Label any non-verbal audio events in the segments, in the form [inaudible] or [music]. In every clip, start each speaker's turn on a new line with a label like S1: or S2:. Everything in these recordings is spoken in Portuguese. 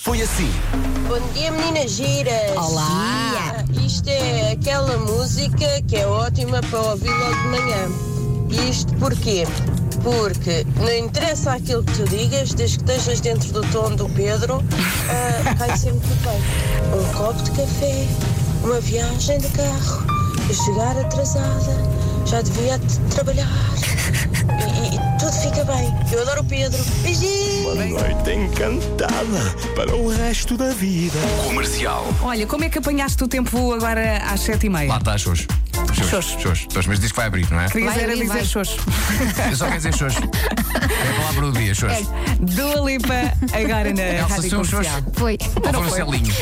S1: foi assim.
S2: Bom dia, meninas giras.
S3: Olá.
S2: Ah, Isto é aquela música que é ótima para ouvir logo de manhã. Isto porquê? Porque não interessa aquilo que tu digas, desde que estejas dentro do tom do Pedro, ah, cai sempre do bem. Um copo de café, uma viagem de carro, eu chegar atrasada, já devia t- trabalhar. E, e- e tudo fica bem. Eu adoro o Pedro. Beijinho!
S4: Uma noite encantada para o resto da vida.
S1: Comercial.
S3: Olha, como é que apanhaste o tempo agora às sete e
S5: Lá
S3: meia?
S5: está, Xoxo.
S3: Xoxo.
S5: Xoxo. Xoxo. Mas diz que vai abrir, não é?
S3: Querias
S6: Vai
S3: era
S6: ali, vai.
S3: dizer xoxo.
S5: Eu só quero dizer Xoxo. É a palavra do dia, Xoxo.
S3: Dua Lipa agora na
S5: Elsa,
S3: É, Rádio
S5: sou
S6: um
S5: o
S3: Comercial.
S5: Xoxo.
S6: Foi.
S5: Ou foi um selinho?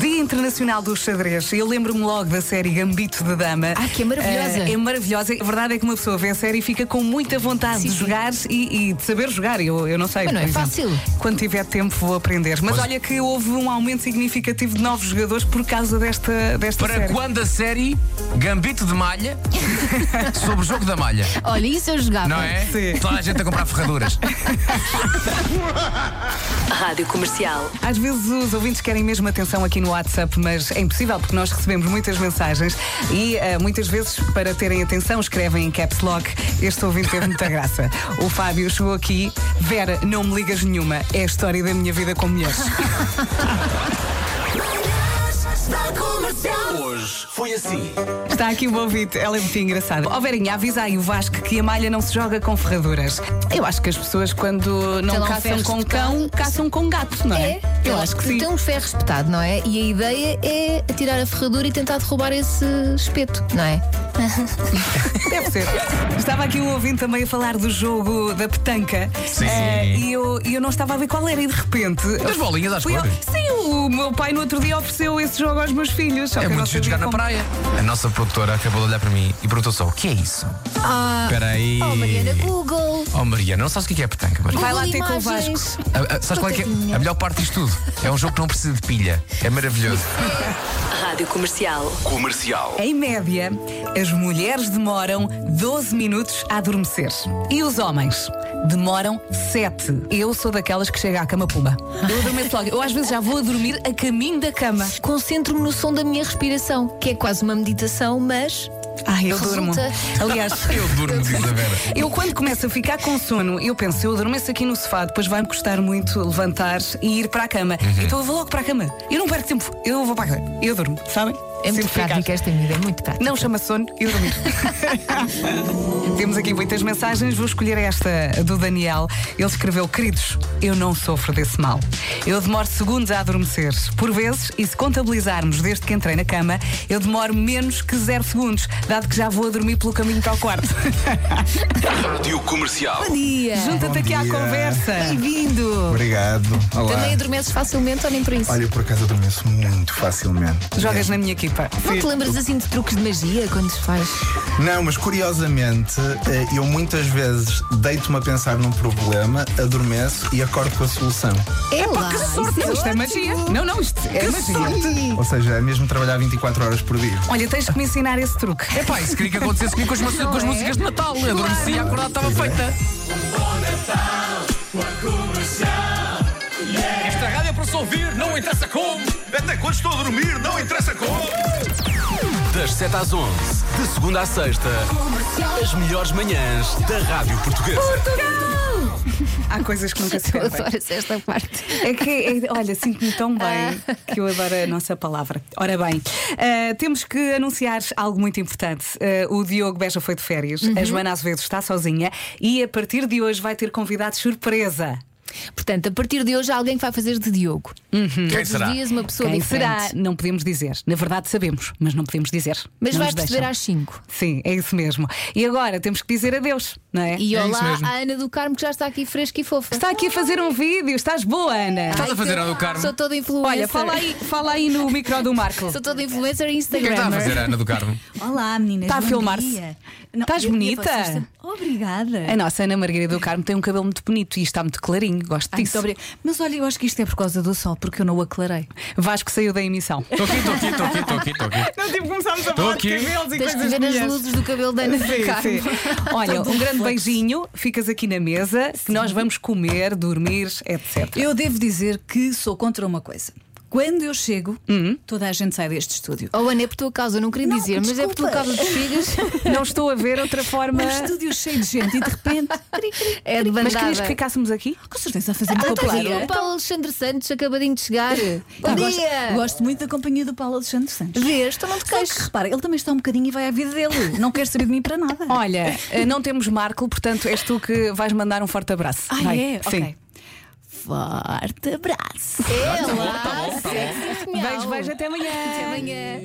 S3: Dia Internacional do Xadrez. Eu lembro-me logo da série Gambito de Dama.
S6: Ah, que é maravilhosa.
S3: Eh, é maravilhosa. A verdade é que uma pessoa vê a série e fica com muita vontade
S6: Sim,
S3: de
S6: sim.
S3: jogar e, e de saber jogar. Eu, eu não sei.
S6: Mas não
S3: por
S6: é
S3: exemplo.
S6: fácil.
S3: Quando tiver tempo vou aprender. Mas,
S5: Mas-
S3: olha que houve um aumento significativo de novos jogadores por causa desta, desta
S5: Para
S3: série.
S5: quando a série Gambito de Malha sobre o jogo da malha,
S6: Olha, isso eu jogava.
S5: não é?
S3: Sim.
S5: Toda a gente a comprar ferraduras.
S7: Rádio Comercial.
S3: Às vezes os ouvintes querem mesmo atenção aqui no WhatsApp, mas é impossível porque nós recebemos muitas mensagens e eh, muitas vezes, para terem atenção, escrevem em caps lock. Este ouvinte teve muita graça. O Fábio chegou aqui. Vera, não me ligas nenhuma. É a história da minha vida com mulheres.
S1: Hoje foi assim.
S3: Está aqui o ouvinte. Ela é muito engraçada. Ó Verinha, avisa aí o Vasco que a malha não se joga com ferraduras. Eu acho que as pessoas, quando não
S6: Então,
S3: caçam
S6: ferros
S3: com
S6: de
S3: cão, caçam com gato, não é?
S6: É?
S3: Eu acho que sim.
S6: Tem um ferro espetado, não é? E a ideia é tirar a ferradura e tentar derrubar esse espeto, não é?
S3: Deve ser. Estava aqui um ouvinte também a falar do jogo da petanca.
S5: Sim.
S3: Eh, e eu, e eu não estava a ver qual era e de repente.
S5: Das bolinhas às
S3: Fui eu-
S5: cores.
S3: Sim, o meu pai no outro dia ofereceu esse jogo aos meus filhos. só que
S5: É
S3: eu não
S5: muito chique
S3: sabia
S5: jogar na
S3: como-
S5: praia. A nossa produtora acabou de olhar para mim e perguntou só: o que é isso?
S6: Ah,
S5: Espera aí.
S6: oh, Mariana, Google.
S5: Oh, Mariana, não sabes o que é petanca, Mariana?
S3: Vai lá
S6: Google
S3: ter com o Vasco.
S6: Imagens.
S5: A, a- sabes qual é, que é?
S6: Coitadinha.
S5: a melhor parte disto tudo? É um jogo que não precisa de pilha. É maravilhoso.
S7: Rádio Comercial.
S1: Comercial.
S3: Em média, as mulheres demoram 12 minutos a adormecer. E os homens? Demoram 7. Eu sou daquelas que chega à cama pumba. Eu adormeço logo. Eu às vezes já vou a dormir a caminho da cama.
S6: Concentro-me no som da minha respiração, que é quase uma meditação, mas
S3: Ai, eu
S6: Resulta-
S3: durmo. Aliás,
S5: [laughs] Eu durmo, diz a Vera.
S3: Eu quando começo a ficar com sono, eu penso, eu adormeço aqui no sofá, depois vai-me custar muito levantar e ir para a cama. Então eu vou logo para a cama. Eu não perco tempo, eu vou para a cama. Eu durmo, sabem?
S6: é muito
S3: Simplificado.
S6: prática esta medida, é muito prática.
S3: Não chama sono e
S6: [laughs]
S3: dormir. Temos aqui muitas mensagens, vou escolher esta do Daniel. Ele escreveu: Queridos, eu não sofro desse mal. Eu demoro segundos a adormecer. Por vezes, e se contabilizarmos desde que entrei na cama, eu demoro menos que zero segundos, dado que já vou a dormir pelo caminho para o quarto.
S1: Rádio Comercial.
S6: Bom dia.
S3: Junta-te aqui à
S8: dia.
S3: conversa.
S6: Bem-vindo.
S8: Obrigado. Olá.
S6: Também adormeces facilmente ou nem por isso?
S8: Olha, eu por acaso adormeço muito facilmente.
S3: Jogas
S8: É.
S3: na minha equipa.
S6: não te lembras assim de truques de magia quando se faz?
S8: Não, mas curiosamente, eh, eu muitas vezes deito-me a pensar num problema, adormeço e acordo com a solução.
S6: É lá,
S3: Que sorte!
S6: isso é
S3: Isto é
S6: ótimo.
S3: magia. Não, não, isto é magia.
S8: Ou seja, é mesmo trabalhar 24 horas por dia.
S3: Olha, tens que me ensinar esse truque.
S5: Epá, isso queria que acontecesse comigo com as, mu- com
S6: é?
S5: as músicas de Natal. Eu adormecia, acordado, estava feita. Esta rádio é para se ouvir, não interessa como.
S1: Até quando estou a dormir, não interessa como. Das 7 às 11, de segunda à sexta, as melhores manhãs da Rádio Portuguesa.
S3: Há coisas que nunca se
S6: [laughs] Eu
S3: ouvem.
S6: adoro esta parte.
S3: É que, é- olha, sinto-me tão bem que eu adoro a nossa palavra. Ora bem, ah, temos que anunciar algo muito importante. Ah, o Diogo Beja foi de férias, a Joana Azevedo está sozinha e a partir de hoje vai ter convidados surpresa.
S6: Portanto, a partir de hoje há alguém que vai fazer de Diogo.
S5: Quem é
S6: Todos
S5: será?
S6: os dias uma pessoa
S3: Quem
S6: diferente.
S3: será? Não podemos dizer. Na verdade, sabemos, mas não podemos dizer.
S6: Mas
S3: Não
S6: vais
S3: nos
S6: perceber
S3: deixam.
S6: às 5.
S3: Sim, é isso mesmo. E agora temos que dizer adeus, não é?
S6: E
S5: É isso
S6: olá
S5: mesmo.
S6: à Ana do Carmo, que já está aqui fresca e fofa. então,
S3: Está aqui a fazer um vídeo, estás boa, Ana?
S6: Tá,
S5: Estás a fazer a do Carmo?
S6: Sou toda influencer.
S3: Olha, fala aí, fala aí no micro do Marco.
S6: Sou toda influencer e
S5: O que é que está a fazer
S6: Instagram.
S5: a Ana do
S6: [laughs]
S5: Carmo?
S9: Olá, meninas.
S6: Tá
S3: Está a
S9: bom
S3: filmar-se?
S9: dia. Não,
S3: Estás
S9: eu- eu
S3: bonita?
S9: faço esta- Obrigada.
S3: A nossa Ana Margarida do Carmo tem um cabelo muito bonito e está muito clarinho. sozinho, gosto
S6: Ai,
S3: disso.
S6: muito obrigada. Mas olha, eu acho que isto é por causa do sol, porque eu não o aclarei.
S3: Vasco saiu da emissão.
S5: Estou aqui, estou aqui, estou aqui, estou aqui, estou aqui.
S3: Não, [laughs] tipo, começámos a
S5: falar de aqui.
S3: cabelos e
S6: Tens que ver as luzes do cabelo da Ana
S3: Sim,
S6: Carmo.
S3: sim. [laughs] Olha,
S6: Todo
S3: um grande
S6: reflexo.
S3: beijinho, ficas aqui na mesa, que nós vamos comer, dormir, etc.
S9: Eu devo dizer que sou contra uma coisa. Quando eu chego,
S3: Hum.
S9: toda a gente sai deste estúdio.
S6: Oh, Ana, é por tua causa, eu não queria
S9: Não,
S6: dizer, mas é por tua
S9: desculpa.
S6: causa
S3: [laughs]
S6: dos filhos.
S3: Não estou a ver outra forma.
S9: Um estúdio cheio de gente e de repente.
S6: É de
S3: Mas
S6: bandada.
S3: querias que ficássemos aqui?
S9: Com certeza a fazer uma
S6: Então,
S9: companhia.
S6: o Paulo Alexandre Santos acabadinho de chegar. Bom
S9: Eu gosto,
S6: dia!
S9: gosto muito da companhia do Paulo Alexandre Santos.
S6: Vês, tu não te
S9: Só que
S6: queixas.
S9: repara, ele também está um bocadinho e vai à vida dele. Não quer saber de mim para nada.
S3: Olha, eh, não temos Marco, portanto és tu que vais mandar um forte abraço.
S9: Ah,
S3: Vai.
S9: é?
S3: Sim.
S9: Ok. Forte abraço.
S6: Ela, sexy, tá
S3: Beijo, beijo, até amanhã.
S6: Até amanhã.